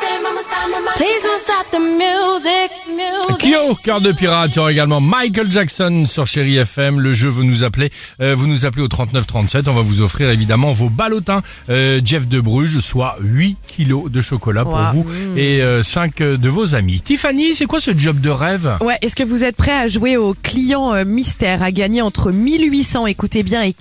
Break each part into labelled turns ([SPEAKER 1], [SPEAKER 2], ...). [SPEAKER 1] say, mama say, mama. Please don't stop the music, music.
[SPEAKER 2] Kyo, cœur de pirate, il y aura également Michael Jackson sur Chéri FM. Le jeu, vous nous appelez, euh, vous nous appelez au 39 37. On va vous offrir évidemment vos ballotins euh, Jeff de Bruges, soit 8 kilos de chocolat pour vous et 5 de vos amis. Tiffany, c'est quoi ce job de rêve
[SPEAKER 3] Ouais, est-ce que vous êtes prêt à jouer au client euh, mystère, à gagner entre 1800, écoutez bien, et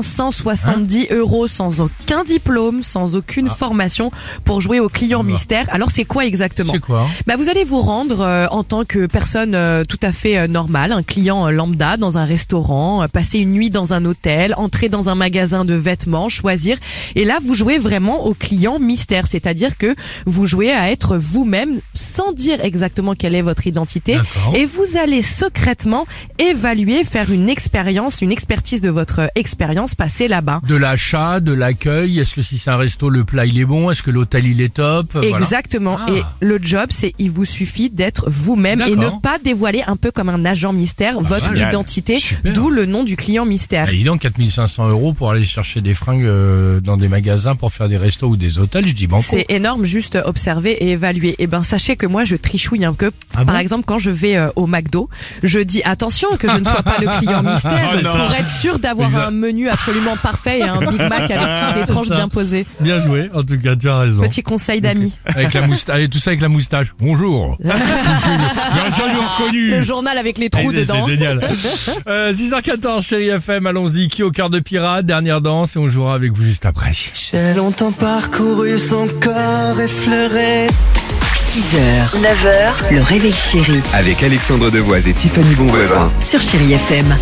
[SPEAKER 3] 4570 euros sans aucun diplôme, sans aucune formation pour jouer au client
[SPEAKER 2] Bah.
[SPEAKER 3] mystère Alors c'est quoi exactement
[SPEAKER 2] C'est quoi
[SPEAKER 3] bah, Vous allez vous rendre euh, en tant que personne euh, tout à fait euh, normale, un client euh, lambda dans un restaurant, euh, passer une nuit dans un hôtel, entrer dans un magasin de vêtements, choisir. Et là, vous jouez vraiment au client mystère, c'est-à-dire que vous jouez à être vous-même sans dire exactement quelle est votre identité.
[SPEAKER 2] D'accord.
[SPEAKER 3] Et vous allez secrètement évaluer, faire une expérience, une expertise de votre euh, expérience passée là-bas.
[SPEAKER 2] De l'achat, de l'accueil. Est-ce que si c'est un resto, le plat il est bon Est-ce que l'hôtel il est top Voilà.
[SPEAKER 3] Exactement.
[SPEAKER 2] Ah.
[SPEAKER 3] Et le job, c'est il vous suffit d'être vous-même et ne
[SPEAKER 2] D'accord. Ah,
[SPEAKER 3] pas dévoiler un peu comme un agent mystère votre
[SPEAKER 2] génial.
[SPEAKER 3] identité,
[SPEAKER 2] Super.
[SPEAKER 3] d'où le nom du client mystère.
[SPEAKER 2] Ah, dis donc, 4500 euros pour aller chercher des fringues euh, dans des magasins pour faire des restos ou des hôtels, je dis banco.
[SPEAKER 3] C'est énorme, juste observer et évaluer. Et ben, sachez que moi, je trichouille un peu.
[SPEAKER 2] Ah
[SPEAKER 3] Par
[SPEAKER 2] bon
[SPEAKER 3] exemple, quand je vais euh, au McDo, je dis attention que je ne sois pas le client mystère
[SPEAKER 2] Oh non.
[SPEAKER 3] pour être sûr d'avoir
[SPEAKER 2] Exact. Ah,
[SPEAKER 3] un menu absolument parfait et un Big Mac avec toutes les
[SPEAKER 2] C'est
[SPEAKER 3] tranches
[SPEAKER 2] ça.
[SPEAKER 3] bien posées.
[SPEAKER 2] Bien joué, en tout cas, tu as raison.
[SPEAKER 3] Petit conseil d'amis.
[SPEAKER 2] Avec la moustache, allez, tout ça avec la moustache. Bonjour. Bien sûr, je vous ai reconnu.
[SPEAKER 3] Le journal avec les trous
[SPEAKER 2] Allez,
[SPEAKER 3] dedans.
[SPEAKER 2] C'est génial. Euh, 6h14, chérie FM, allons-y. Qui au cœur de pirate, dernière danse, et on jouera avec vous juste après.
[SPEAKER 4] J'ai longtemps parcouru son corps effleuré.
[SPEAKER 5] 6h, 9h, le réveil chéri
[SPEAKER 6] Avec Alexandre Devoise et Tiffany Bonvoisin.
[SPEAKER 5] sur Chéri FM.